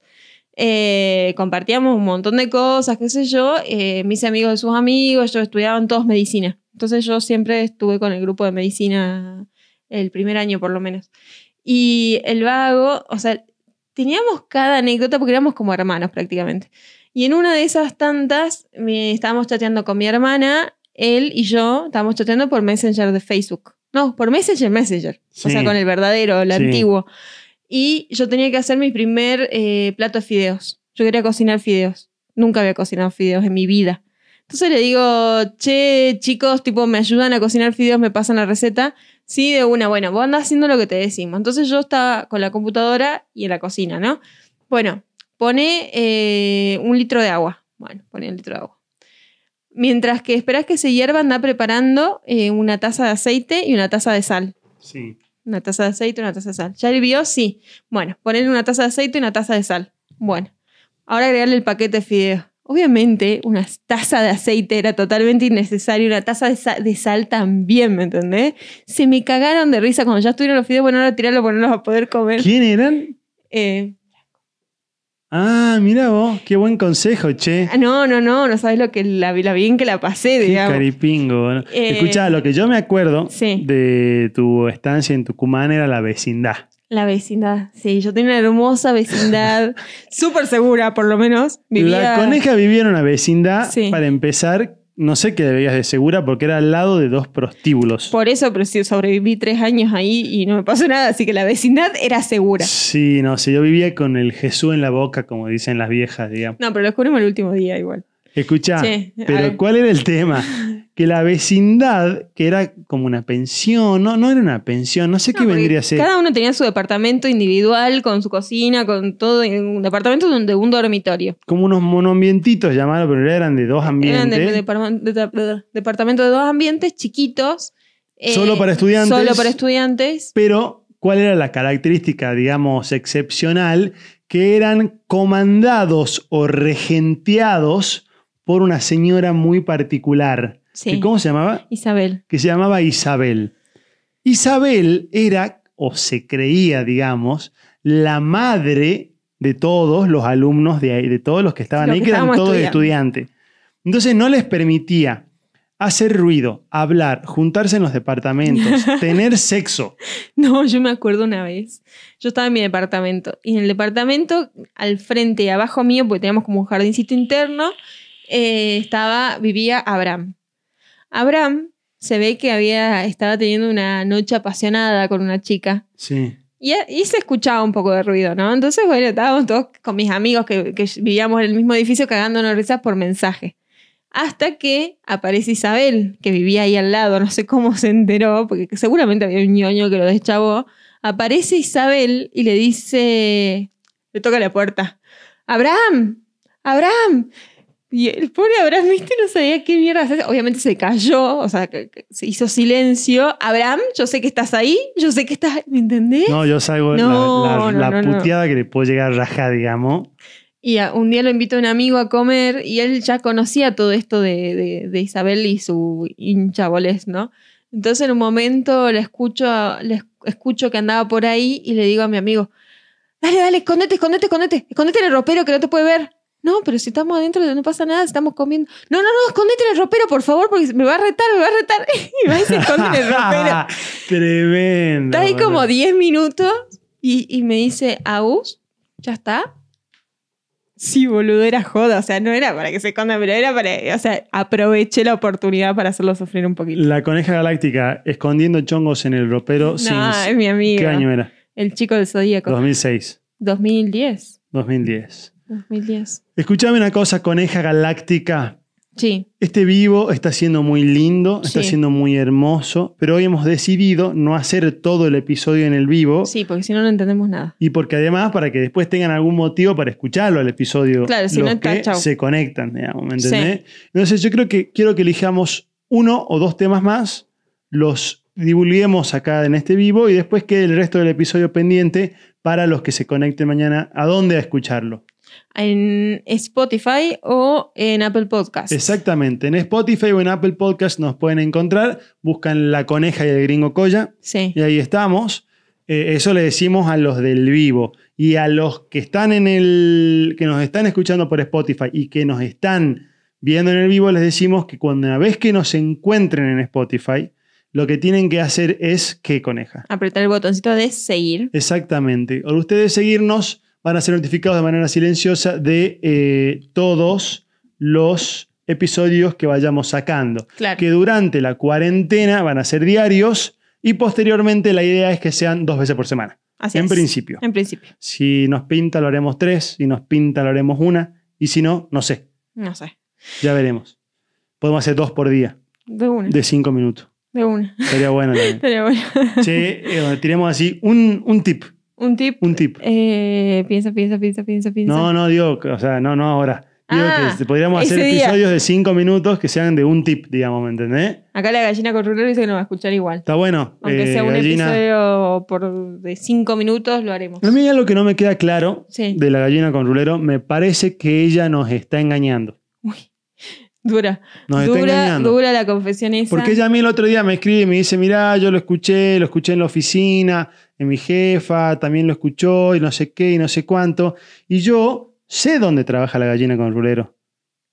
Eh, compartíamos un montón de cosas, qué sé yo, eh, me hice amigos de sus amigos, yo estudiaban todos medicina. Entonces yo siempre estuve con el grupo de medicina el primer año por lo menos. Y el vago, o sea, teníamos cada anécdota porque éramos como hermanos prácticamente. Y en una de esas tantas, me, estábamos chateando con mi hermana, él y yo, estábamos chateando por Messenger de Facebook. No, por Messenger, Messenger. O Sí. sea, con el verdadero, el Sí. antiguo. Y yo tenía que hacer mi primer eh, plato de fideos. Yo quería cocinar fideos. Nunca había cocinado fideos en mi vida. Entonces le digo, che, chicos, tipo, me ayudan a cocinar fideos, me pasan la receta. Sí, de una, bueno, vos andás haciendo lo que te decimos. Entonces yo estaba con la computadora y en la cocina, ¿no? Bueno, pone eh, un litro de agua. Bueno, pone un litro de agua. Mientras que esperás que se hierva, anda preparando eh, una taza de aceite y una taza de sal. sí. Una taza de aceite, una taza de sal. ¿Ya hirvió? Sí. Bueno, ponerle una taza de aceite y una taza de sal. Bueno, ahora agregarle el paquete de fideos. Obviamente, una taza de aceite era totalmente innecesario, una taza de, sa- de sal también, ¿me entendés? Se me cagaron de risa cuando ya estuvieron los fideos, bueno, ahora tirarlos, ponerlos a poder comer. ¿Quién eran? Eh, Ah, mira vos, qué buen consejo, che. ah, no, no, no, no sabes lo que la, la bien que la pasé, Qué digamos. caripingo. ¿no? Eh, Escuchá, lo que yo me acuerdo sí. de tu estancia en Tucumán era la vecindad. La vecindad, sí, yo tenía una hermosa vecindad, súper segura por lo menos. Vivía... La coneja vivía en una vecindad, Sí. para empezar, no sé qué debías de segura, porque era al lado de dos prostíbulos. Por eso pero sí, sobreviví tres años ahí y no me pasó nada, así que la vecindad era segura. Sí, no sé, yo vivía con el Jesús en la boca, como dicen las viejas, digamos. No, pero lo descubrimos el último día igual. Escuchá, Sí, a pero ver. ¿cuál era el tema? Que la vecindad, que era como una pensión, no, no era una pensión, no sé qué No, porque vendría a ser. Cada uno tenía su departamento individual, con su cocina, con todo, en un departamento donde un dormitorio. como unos monoambientitos llamaron, pero en realidad eran de dos Eran ambientes. de- de parma- de- de- departamento de dos ambientes chiquitos. eh, Solo para estudiantes. Solo para estudiantes. Pero, ¿cuál era la característica, digamos, excepcional? Que eran comandados o regenteados por una señora muy particular. Sí. ¿Que ¿Cómo se llamaba? Isabel. Que se llamaba Isabel. Isabel era, o se creía, digamos, la madre de todos los alumnos de ahí, de todos los que estaban Los ahí, que que eran estábamos todos estudiantes. Entonces no les permitía hacer ruido, hablar, juntarse en los departamentos, tener sexo. No, yo me acuerdo una vez. Yo estaba en mi departamento. Y en el departamento, al frente y abajo mío, porque teníamos como un jardincito interno, eh, estaba, vivía Abraham. Abraham se ve que había, estaba teniendo una noche apasionada con una chica. Sí. Y, y se escuchaba un poco de ruido, ¿no? Entonces, bueno, estábamos todos con mis amigos que, que vivíamos en el mismo edificio cagándonos risas por mensaje. Hasta que aparece Isabel, que vivía ahí al lado, no sé cómo se enteró, porque seguramente había un ñoño que lo deschavó. Aparece Isabel y le dice, le toca la puerta, Abraham, Abraham. Y el pobre Abraham, viste, no sabía qué mierda hacer. Obviamente se cayó, o sea, que- que se hizo silencio. Abraham, yo sé que estás ahí, yo sé que estás, ahí", ¿me entendés? No, yo salgo la- No, la, no, la no, no. puteada que le puedo llegar a raja, digamos. Y a- un día lo invitó un amigo a comer y él ya conocía todo esto de, de- de Isabel y su hinchabolés, ¿no? Entonces en un momento le escucho, a- le esc- escucho que andaba por ahí y le digo a mi amigo, dale, dale, escondete, escondete, escondete, escondete en el ropero que no te puede ver. No, pero si estamos adentro no pasa nada, estamos comiendo. No, no, no, escondete en el ropero, por favor, porque me va a retar, me va a retar. Y va y se esconde en el ropero. Tremendo. Está ahí boludo. como 10 minutos y, y me dice, Agus, ¿ya está? Sí, boludo, era joda. O sea, no era para que se esconda, pero era para. O sea, aproveché la oportunidad para hacerlo sufrir un poquito. La coneja galáctica escondiendo chongos en el ropero sin. no, es mi amigo. ¿Qué año era? El chico del Zodíaco. 2006, 2010. 2010. 2010. Escuchame una cosa, coneja galáctica. Sí. Este vivo está siendo muy lindo, está Sí. siendo muy hermoso, pero hoy hemos decidido no hacer todo el episodio en el vivo. Sí, porque si no, no entendemos nada. Y porque además, para que después tengan algún motivo para escucharlo al episodio, Claro, si los no está, que chau. se conectan, digamos, ¿me entendés? Entonces yo creo que quiero que elijamos uno o dos temas más, los divulguemos acá en este vivo y después quede el resto del episodio pendiente para los que se conecten mañana a dónde a escucharlo. En Spotify o en Apple Podcasts. Exactamente, en Spotify o en Apple Podcast nos pueden encontrar, buscan La Coneja y el Gringo Colla Sí. y ahí estamos. Eh, eso le decimos a los del vivo y a los que están en el que nos están escuchando por Spotify y que nos están viendo en el vivo les decimos que cuando una vez que nos encuentren en Spotify, lo que tienen que hacer es que coneja. Apretar el botoncito de seguir. Exactamente. Al ustedes seguirnos, van a ser notificados de manera silenciosa de eh, todos los episodios que vayamos sacando. Claro. Que durante la cuarentena van a ser diarios y posteriormente la idea es que sean dos veces por semana. Así en es. Em- principio. En principio. Si nos pinta, lo haremos tres. Si nos pinta, lo haremos una. Y si no, no sé. No sé. Ya veremos. Podemos hacer dos por día, De una. de cinco minutos. De una. Sería bueno también. Pero bueno. Sí, eh, donde tiremos así un, un tip. Un tip. Un tip. Eh, piensa, piensa, piensa, piensa, piensa. No, no, digo, o sea, no, no ahora. Digo Ah, que podríamos hacer ese día. episodios de cinco minutos que sean de un tip, digamos, ¿me entendés? Acá la gallina corrulera dice que nos va a escuchar igual. Está bueno. Aunque eh, sea un gallina. episodio por de cinco minutos, lo haremos. A mí algo que no me queda claro Sí. de la gallina con rulero, me parece que ella nos está engañando. Dura. Nos está dura, engañando. dura la confesión esa. Porque ella a mí el otro día me escribe y me dice, mirá, yo lo escuché, lo escuché en la oficina, en mi jefa, también lo escuchó y no sé qué y no sé cuánto. Y yo sé dónde trabaja la gallina con rulero.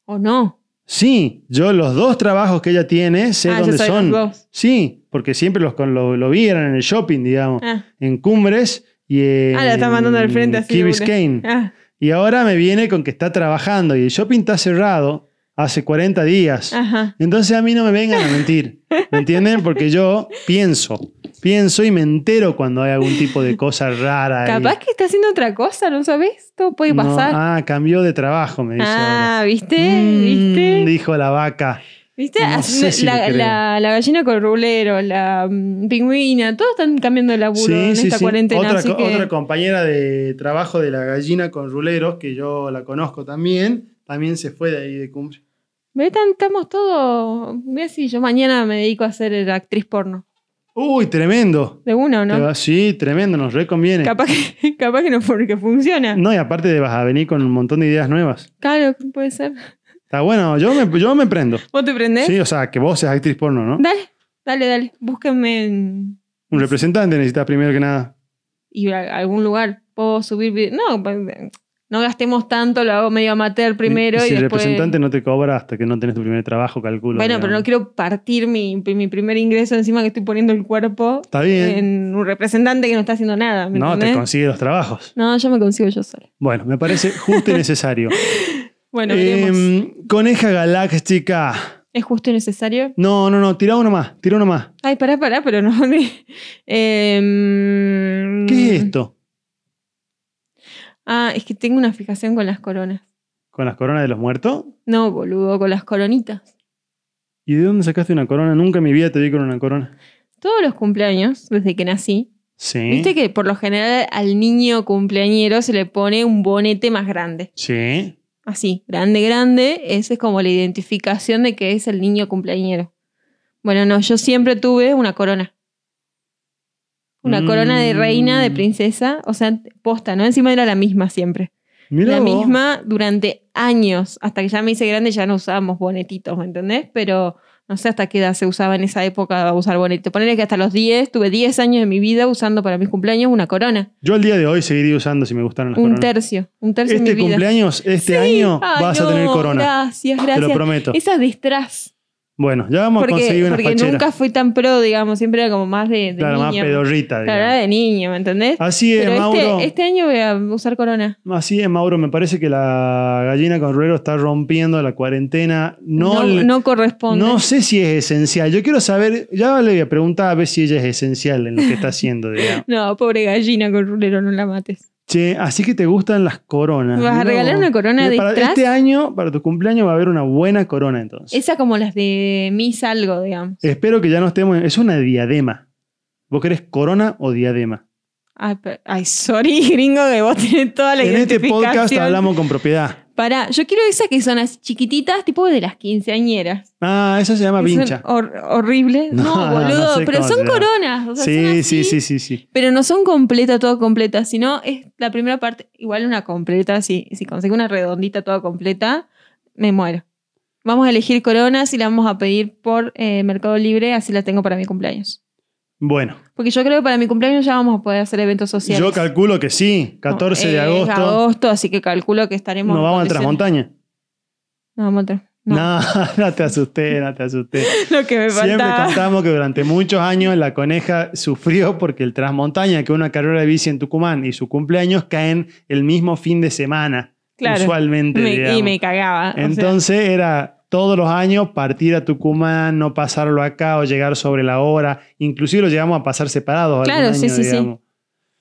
¿O no? Sí, yo los dos trabajos que ella tiene sé Ah, yo dónde soy son. los dos. Sí, porque siempre los con lo, lo vi, eran en el shopping, digamos, Ah, en Cumbres y en Ah, la está mandando al frente así. Key de una. Biscayne. Ah, Y ahora me viene con que está trabajando y el shopping está cerrado hace 40 días. ajá. Entonces a mí no me vengan a mentir, ¿me entienden? Porque yo pienso, pienso y me entero cuando hay algún tipo de cosa rara. ahí. Capaz que está haciendo otra cosa, ¿no sabes? Todo puede No, pasar. ah, cambió de trabajo, me dice. ahora. ah, ¿viste? Mm, ¿Viste? Dijo la vaca. ¿Viste? No sé si lo la, creo. la- la gallina con rulero, la mm, pingüina, todos están cambiando de laburo en esta cuarentena. Otra, así co- que otra compañera de trabajo de la gallina con ruleros, que yo la conozco también, también se fue de ahí de cumbre. Ve, tan- estamos todos. Mira si yo mañana me dedico a ser actriz porno. Uy, tremendo. De uno, Te ¿no? va- Sí, tremendo, nos reconviene. Capaz que, capaz que no porque funciona. No, y aparte te vas a venir con un montón de ideas nuevas. Claro, puede ser. Está bueno, yo me, yo me prendo. ¿Vos te prendés? Sí, o sea, que vos seas actriz porno, ¿no? Dale, dale, dale. Búsquenme en Un representante necesitas primero que nada. y a- algún lugar. Puedo subir vide- No, pa- no gastemos tanto, lo hago medio amateur primero. Y Y, si el después... representante no te cobra hasta que no tenés tu primer trabajo, calculo. Bueno, pero digamos. no quiero partir mi, mi primer ingreso encima que estoy poniendo el cuerpo Está bien. en un representante que no está haciendo nada. ¿me No, te entendés? consigue los trabajos. No, yo me consigo yo sola. Bueno, me parece justo y necesario. Bueno, Em, veremos. coneja galáctica. ¿Es justo y necesario? No, no, no, tira uno más, tira uno más. Ay, pará, pará, pero no. Em, ¿Qué es esto? Ah, es que tengo una fijación con las coronas. ¿Con las coronas de los muertos? No, boludo, con las coronitas. ¿Y de dónde sacaste una corona? Nunca en mi vida te vi con una corona. Todos los cumpleaños, desde que nací, Sí. viste que por lo general al niño cumpleañero se le pone un bonete más grande. Sí. Así, grande, grande. Esa es como la identificación de que es el niño cumpleañero. Bueno, no, yo siempre tuve una corona. Una corona de reina, de Mm. princesa. O sea, posta, ¿no? Encima era la misma siempre. Mira la vos. misma durante años. Hasta que ya me hice grande ya no usábamos bonetitos, ¿me entendés? Pero no sé hasta qué edad se usaba en esa época usar bonetito. Ponerle que hasta los 10, tuve 10 años de mi vida usando para mis cumpleaños una corona. Yo al día de hoy seguiría usando si me gustaron las Un coronas. tercio. Un tercio de Este mi vida. cumpleaños, este año, Ay, vas a no, tener corona. Gracias, Te lo gracias. prometo. Esas distras. Bueno, ya vamos a conseguir Porque, una porque fachera. nunca fui tan pro, digamos. Siempre era como más de, de claro, más niña. pedorrita. Claro, era digamos. de niña, ¿me entendés? Así es, Pero Mauro. este, este año voy a usar corona. Así es, Mauro. Me parece que la gallina con ruero está rompiendo la cuarentena. No, No, le- no corresponde. no sé si es esencial. Yo quiero saber, ya le voy a preguntar a ver si ella es esencial en lo que está haciendo. digamos. No, pobre gallina con rulero, no la mates. Che, así que te gustan las coronas. ¿Me vas a Mirá regalar vos. una corona Mira, de Ah, para disfraz? Este año, para tu cumpleaños, va a haber una buena corona entonces. Esa como las de Miss algo, digamos. Espero que ya no estemos. en- Es una diadema. ¿Vos querés corona o diadema? Ay, pero- ay, sorry, gringo, que vos tenés toda la En este identificación. podcast hablamos con propiedad. Pará, yo quiero esas que son así chiquititas, tipo de las quinceañeras. Ah, eso se llama Que son vincha. hor- horrible. No, No, no, no boludo, sé pero cómo se son llama. coronas. o sea, son Sí, sí, así, sí, sí, sí. Pero no son completas, toda completa, sino es la primera parte, igual una completa, si, si consigo una redondita toda completa, me muero. Vamos a elegir coronas y la vamos a pedir por eh, Mercado Libre, así la tengo para mi cumpleaños. Bueno, Porque yo creo que para mi cumpleaños ya vamos a poder hacer eventos sociales. yo calculo que sí, 14 de Eh, agosto. agosto, así que calculo que estaremos. Nos en vamos a condiciones. Transmontaña. Nos vamos a tra- No. no. no, te asusté, no te asusté. Lo que me Siempre faltaba. contamos que durante muchos años la coneja sufrió porque el Transmontaña, que es una carrera de bici en Tucumán, y su cumpleaños caen el mismo fin de semana, Claro. usualmente. Me- digamos. y me cagaba. o sea, Entonces era todos los años partir a Tucumán, no pasarlo acá o llegar sobre la hora. Inclusive lo llegamos a pasar separados. Claro, algún sí, año, sí, sí. digamos.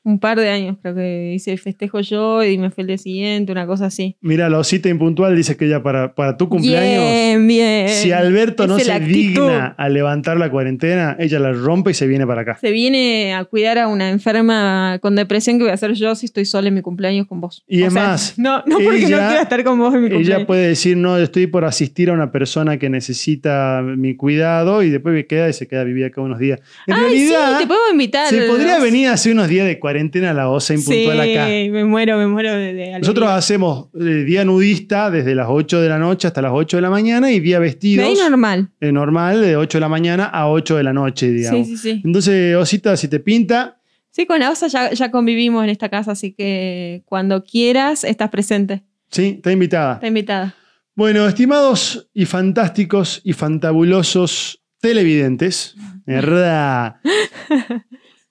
un par de años creo que hice el festejo yo y me fue el día siguiente, una cosa así. Mira, la osita impuntual dice que ya para, para tu cumpleaños... Bien, bien. Si Alberto no Esa es se la actitud. digna a levantar la cuarentena, ella la rompe y se viene para acá. Se viene a cuidar a una enferma con depresión que voy a hacer yo si estoy sola en mi cumpleaños con vos. Y O es sea, más, No, no porque no ella- quiera estar con vos en mi cumpleaños. Ella puede decir, no, estoy por asistir a una persona que necesita mi cuidado y después me queda y se queda vivir acá unos días. En Ay, sí, realidad, te podemos invitar. se podría Los- venir hace unos días de cuarentena a la OSA impuntual sí, acá. me muero, me muero de, de Nosotros alegría. hacemos eh, día nudista desde las 8 de la noche hasta las 8 de la mañana y día Me di vestidos normal. eh, normal de 8 de la mañana a 8 de la noche, digamos. Sí, sí, sí. Entonces, Osita, si te pinta, Sí, con la OSA ya, ya convivimos en esta casa, así que cuando quieras estás presente. sí, está invitada. Está invitada. Bueno, estimados y fantásticos y fantabulosos televidentes, ¿verdad?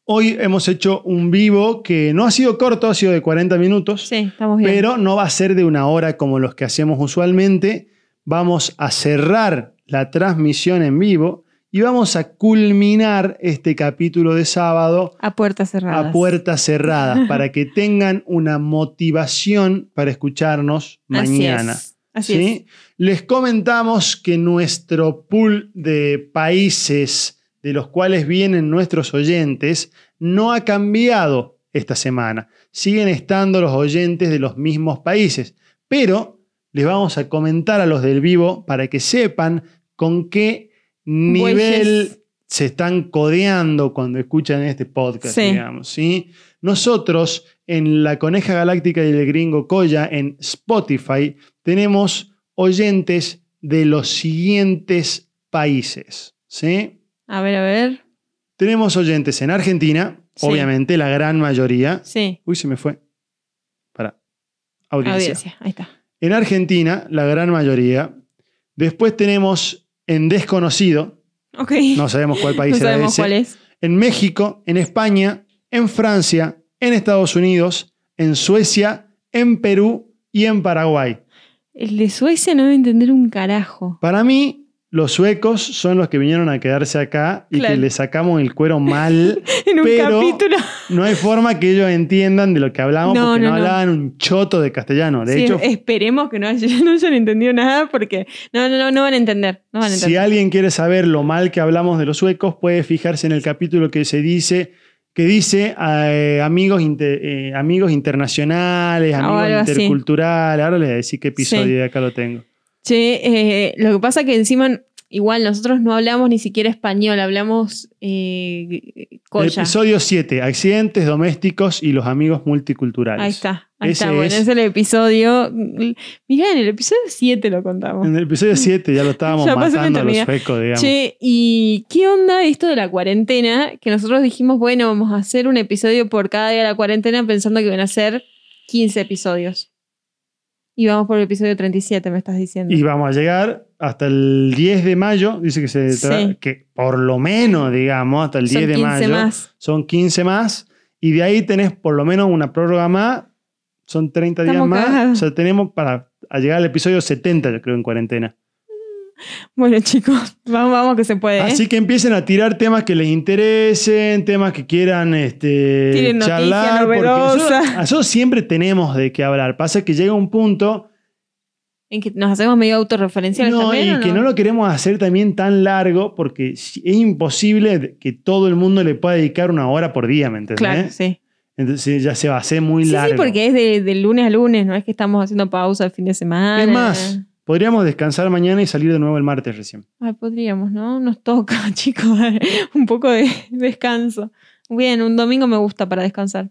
Hoy hemos hecho un vivo que no ha sido corto, ha sido de 40 minutos, Sí, estamos bien. pero no va a ser de una hora como los que hacemos usualmente. Vamos a cerrar la transmisión en vivo y vamos a culminar este capítulo de sábado a puertas cerradas. a puertas cerradas para que tengan una motivación para escucharnos mañana. Así es. Así es. ¿sí? Les comentamos que nuestro pool de países de los cuales vienen nuestros oyentes no ha cambiado esta semana. Siguen estando los oyentes de los mismos países, pero les vamos a comentar a los del vivo para que sepan con qué nivel Bueyes. se están codeando cuando escuchan este podcast, Sí. digamos, ¿sí? Nosotros en La Coneja Galáctica y el Gringo Coya en Spotify tenemos oyentes de los siguientes países, ¿sí? A ver, a ver. Tenemos oyentes en Argentina, Sí. obviamente la gran mayoría. Sí. Uy, se me fue. Para. Audiencia. Audiencia. Ahí está. En Argentina, la gran mayoría. Después tenemos en desconocido, Ok. no sabemos cuál país No era sabemos ese. cuál es. En México, en España, en Francia, en Estados Unidos, en Suecia, en Perú y en Paraguay. El de Suecia no voy a entender un carajo. Para mí, los suecos son los que vinieron a quedarse acá y Claro. que le sacamos el cuero mal. En un Pero- capítulo. No hay forma que ellos entiendan de lo que hablamos No, porque no, no, no. hablaban un choto de castellano. De Sí, hecho, esperemos que no, haya- no hayan entendido nada porque no, no, no, no van a entender. No van a si entender. alguien quiere saber lo mal que hablamos de los suecos, puede fijarse en el capítulo que se dice que dice eh, amigos, inte- eh, amigos internacionales, amigos Ahora sí. interculturales. Ahora les voy a decir qué episodio Ah, Sí. y acá lo tengo. Che, eh, lo que pasa que encima, igual nosotros no hablamos ni siquiera español, hablamos eh, colla. Episodio 7, accidentes domésticos y los amigos multiculturales. Ahí está, ahí Ese está. Bueno, es- ese es el episodio. Mirá, en el episodio 7 lo contamos. En el episodio 7 ya lo estábamos Ya pasó una matando a los eternidad. suecos, digamos. Che, ¿y qué onda esto de la cuarentena? Que nosotros dijimos, bueno, vamos a hacer un episodio por cada día de la cuarentena pensando que van a ser 15 episodios. Y vamos por el episodio 37, me estás diciendo. Y vamos a llegar hasta el 10 de mayo, dice que se tra- Sí. que por lo menos, digamos, hasta el Son 10 de 15 mayo. más. Son 15 más. Y de ahí tenés por lo menos una prórroga más. Son 30 días Estamos más. cagados. O sea, tenemos para a llegar al episodio 70, yo creo, en cuarentena. Bueno, chicos, vamos, vamos que se puede. ¿eh? Así que empiecen a tirar temas que les interesen, temas que quieran este, Tienen noticias charlar. porque nosotros- novedosas. nosotros siempre tenemos de qué hablar. Pasa que llega un punto En que nos hacemos medio autorreferenciales No, también. y ¿o que no lo queremos hacer también tan largo porque si- es imposible de- que todo el mundo le pueda dedicar una hora por día, ¿me entendés? Claro, sí. Entonces ya se va a hacer muy Sí, ¿eh? largo. sí, porque es de, de lunes a lunes, no es que estamos haciendo pausa el fin de semana. Es más, podríamos descansar mañana y salir de nuevo el martes recién. Ay, podríamos, ¿no? Nos toca, chicos, un poco de descanso. Bien, un domingo me gusta para descansar.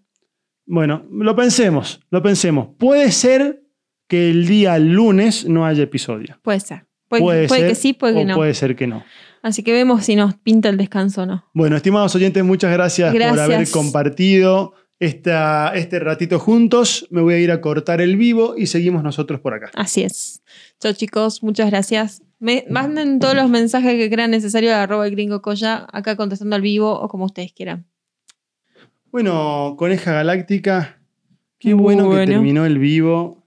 Bueno, lo pensemos, lo pensemos. Puede ser que el día lunes no haya episodio. Puede ser. Puede, Puede puede ser, que sí, puede que o no. Puede ser que no. Así que vemos si nos pinta el descanso o no. Bueno, estimados oyentes, muchas gracias, por Gracias. haber compartido esta, este ratito juntos. Me voy a ir a cortar el vivo y seguimos nosotros por acá. Así es. Chao, chicos. Muchas gracias. Me, manden todos los mensajes que crean necesario a arroba el gringo Coya, acá contestando al vivo o como ustedes quieran. Bueno, Coneja Galáctica, qué bueno, que Bueno. terminó el vivo.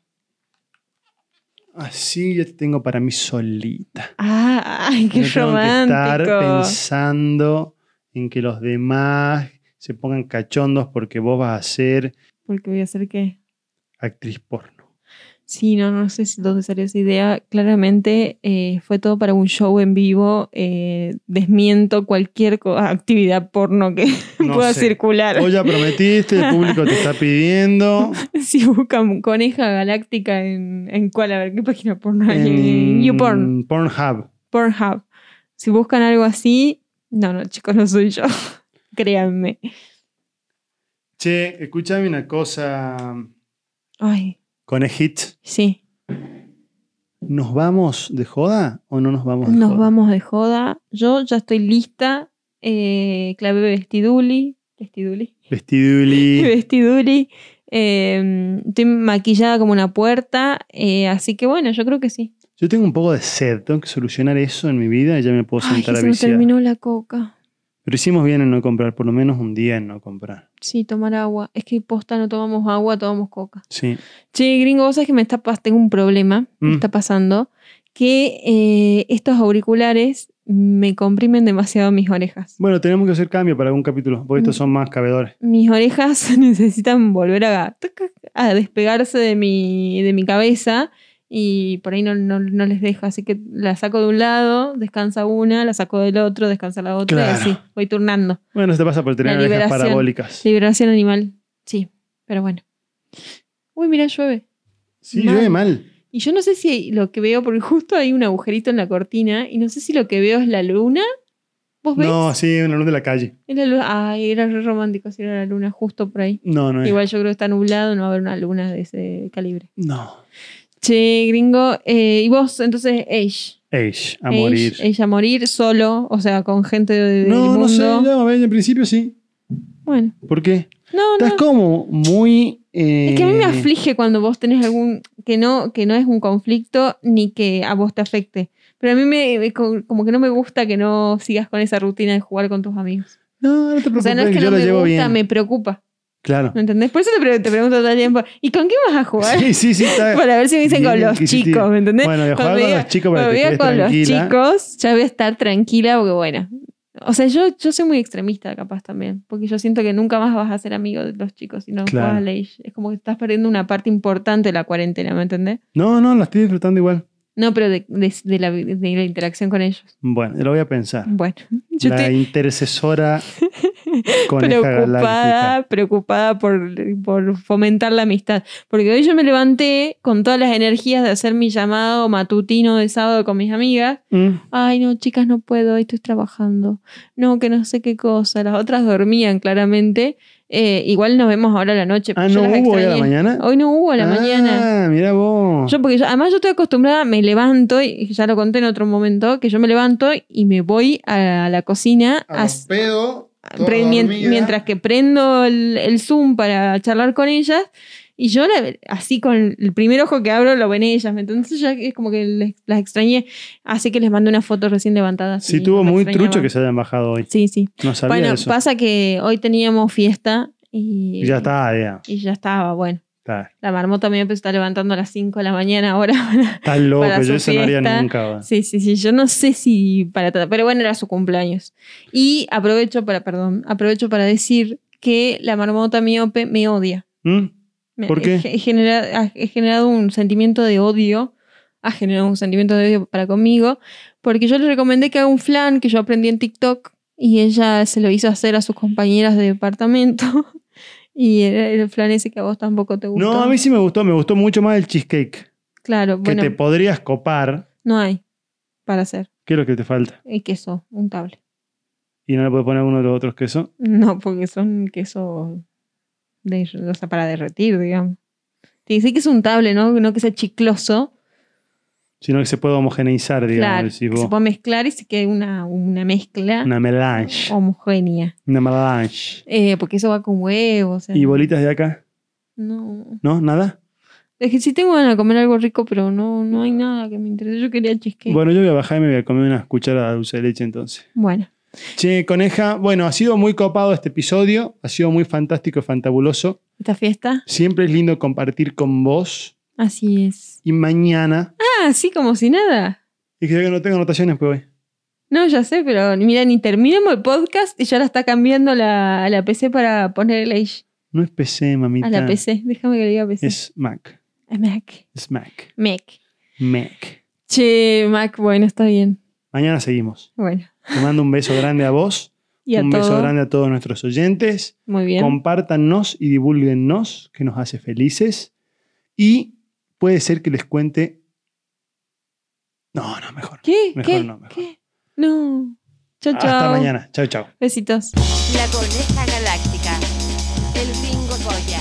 Así ya te tengo para mí solita. Ah, ay, qué no tengo que estar romántico. pensando en que los demás se pongan cachondos porque vos vas a ser Porque voy a hacer que. actriz porno. Sí, no, no sé si dónde salió esa idea. Claramente eh, fue todo para un show en vivo. eh, desmiento cualquier co- ah, actividad porno que No pueda sé. circular. Vos ya prometiste, el público te está pidiendo. Si buscan coneja galáctica en, en cuál, a ver, qué página porno hay. En YouPorn. Pornhub. Pornhub. Si buscan algo así, no, no, chicos, no soy yo. Créanme. Che, escúchame una cosa, Ay, Conejit. sí. ¿Nos vamos de joda o no nos vamos de Nos joda? vamos de joda. Yo ya estoy lista. Eh, clave vestiduli. Vestiduli. Vestiduli. Vestiduli. Eh, estoy maquillada como una puerta. eh, así que bueno, yo creo que sí. Yo tengo un poco de sed, tengo que solucionar eso en mi vida y ya me puedo Ay, sentar a se me viciar. terminó la coca. Pero hicimos bien en no comprar, por lo menos un día en no comprar. Sí, tomar agua. Es que posta no tomamos agua, tomamos coca. Sí. Che, gringo, vos sabés que me está pas- tengo un problema, me Mm. está pasando, que eh, estos auriculares me comprimen demasiado mis orejas. Bueno, tenemos que hacer cambio para algún capítulo, porque Mm. estos son más cabedores. Mis orejas necesitan volver a, a despegarse de mi, de mi cabeza y por ahí no, no- no les deja. Así que la saco de un lado, descansa una, la saco del otro, descansa la otra Claro. y así. Voy turnando. Bueno, esto pasa por tener La orejas liberación. parabólicas. Liberación animal, sí, pero bueno. Uy, mira, llueve. Sí, Mal. llueve mal. Y yo no sé si lo que veo, porque justo hay un agujerito en la cortina, y no sé si lo que veo es la luna. ¿Vos ves? No, sí, una luz de la calle. Es la luna. Ay, era re romántico si era la luna justo por ahí. No, no es. Igual yo creo que está nublado, no va a haber una luna de ese calibre. No. Che, gringo, eh, y vos, entonces, Age. Age, a morir. Age a morir, solo, o sea, con gente de- del No, mundo. no sé, no, a ver, en principio sí. Bueno, ¿Por qué? no, no. Estás como muy... eh, Es que a mí me aflige cuando vos tenés algún que no que no es un conflicto ni que a vos te afecte. Pero a mí me, me- co- como que no me gusta que no sigas con esa rutina de jugar con tus amigos. No, no te preocupes, O sea, no es que yo no lo me llevo gusta, bien. me preocupa. Claro. ¿Me entendés? Por eso te, pre- te pregunto todo el tiempo, ¿y con qué vas a jugar? Sí, sí, sí. está- Para ver si me dicen con Bien los inquisitivo. chicos, ¿me entendés? Bueno, voy a Cuando jugar me con diga- los chicos para Cuando que te viva quedes con tranquila. los chicos, ya voy a estar tranquila porque bueno. O sea, yo, yo soy muy extremista capaz también, porque yo siento que nunca más vas a ser amigo de los chicos si no Claro. juegas a la Age. Es como que estás perdiendo una parte importante de la cuarentena, ¿me entendés? No, no, la estoy disfrutando igual. No, pero de, de- de la, de la interacción con ellos. Bueno, lo voy a pensar. Bueno, yo la estoy intercesora coneja galáctica. preocupada, preocupada por, por fomentar la amistad. Porque hoy yo me levanté con todas las energías de hacer mi llamado matutino de sábado con mis amigas Mm, Ay, no, chicas, no puedo, hoy estoy trabajando. No, que no sé qué cosa. Las otras dormían, claramente. Eh, igual nos vemos ahora a la noche. Ah, pero yo ¿no las hubo hoy a la extrañé. mañana? Hoy no hubo a la mañana. Ah, mira vos. Yo, porque yo- además yo estoy acostumbrada, me levanto, y ya lo conté en otro momento, que yo me levanto y me voy a la cocina a, pedo. toda pre- mien- dormida. mientras que prendo el, el Zoom para charlar con ellas. Y yo la- así con el primer ojo que abro lo ven ellas, ¿me entendés? Entonces ya es como que les- las extrañé. Así que les mandé una foto recién levantada. Sí, tuvo muy trucho que se se hayan bajado hoy. Sí, sí. No sabía Bueno, eso. pasa que hoy teníamos fiesta y... Y ya está, ya. Y ya estaba, bueno. Está, La marmota me está levantando a las 5 de la mañana ahora. está loco, Para su yo eso no haría fiesta. nunca. va. Sí, sí, sí, yo no sé si para tra- pero bueno, era su cumpleaños. Y aprovecho para, perdón, aprovecho para decir que la marmota miope me odia. Mm, Me- ¿Por qué? He, he genera- ha- he generado un sentimiento de odio, ha generado un sentimiento de odio para conmigo, porque yo le recomendé que haga un flan que yo aprendí en TikTok y ella se lo hizo hacer a sus compañeras de departamento. Y era el flan ese que a vos tampoco te gusta. No, a mí sí me gustó, me gustó mucho más el cheesecake. Claro, bueno, Que te podrías copar. no hay para hacer. ¿Qué es lo que te falta? Y queso, un table. Y no le puedes poner uno de los otros quesos. No, porque son queso de, o sea, para derretir, digamos. Te dice que es un table, ¿no? No que sea chicloso. Sino que se puede homogeneizar, digamos, claro, decís que se vos. puede mezclar y se quede una, una mezcla Una melange. Oh. homogénea. Una melange. Eh, porque eso va con huevos. o sea, ¿Y bolitas de acá? No. ¿No? ¿Nada? Es que sí tengo ganas de comer algo rico, pero no, no hay nada que me interese. Yo quería cheesecake. Bueno. Bueno, yo voy a bajar y me voy a comer unas cucharadas de dulce de leche entonces. Che, coneja, bueno, ha sido muy copado este episodio, ha sido muy fantástico y fantabuloso. esta fiesta. Siempre es lindo compartir con vos. Así es. Y mañana. Ah, sí, como si nada. Es que yo no tengo anotaciones, pues hoy. No, ya sé, pero mira, ni terminemos el podcast y ya la está cambiando la, la PC para poner el Age No es PC, mamita. a la PC. Déjame que le diga PC. Es Mac. A Mac. Es Mac. Mac. Mac. Che, Mac, bueno, está bien. Mañana seguimos. Bueno. Te mando un beso grande a vos. Y a un beso todos. grande a todos nuestros oyentes. Muy bien. Compártanos y divulguennos, que nos hace felices. Y puede ser que les cuente. No, no, mejor. ¿Qué? Mejor ¿Qué? no, mejor. ¿Qué? No. Chao, chao. Hasta mañana. Chao, chao. Besitos. La Coneja Galáctica. El Gringo Boya.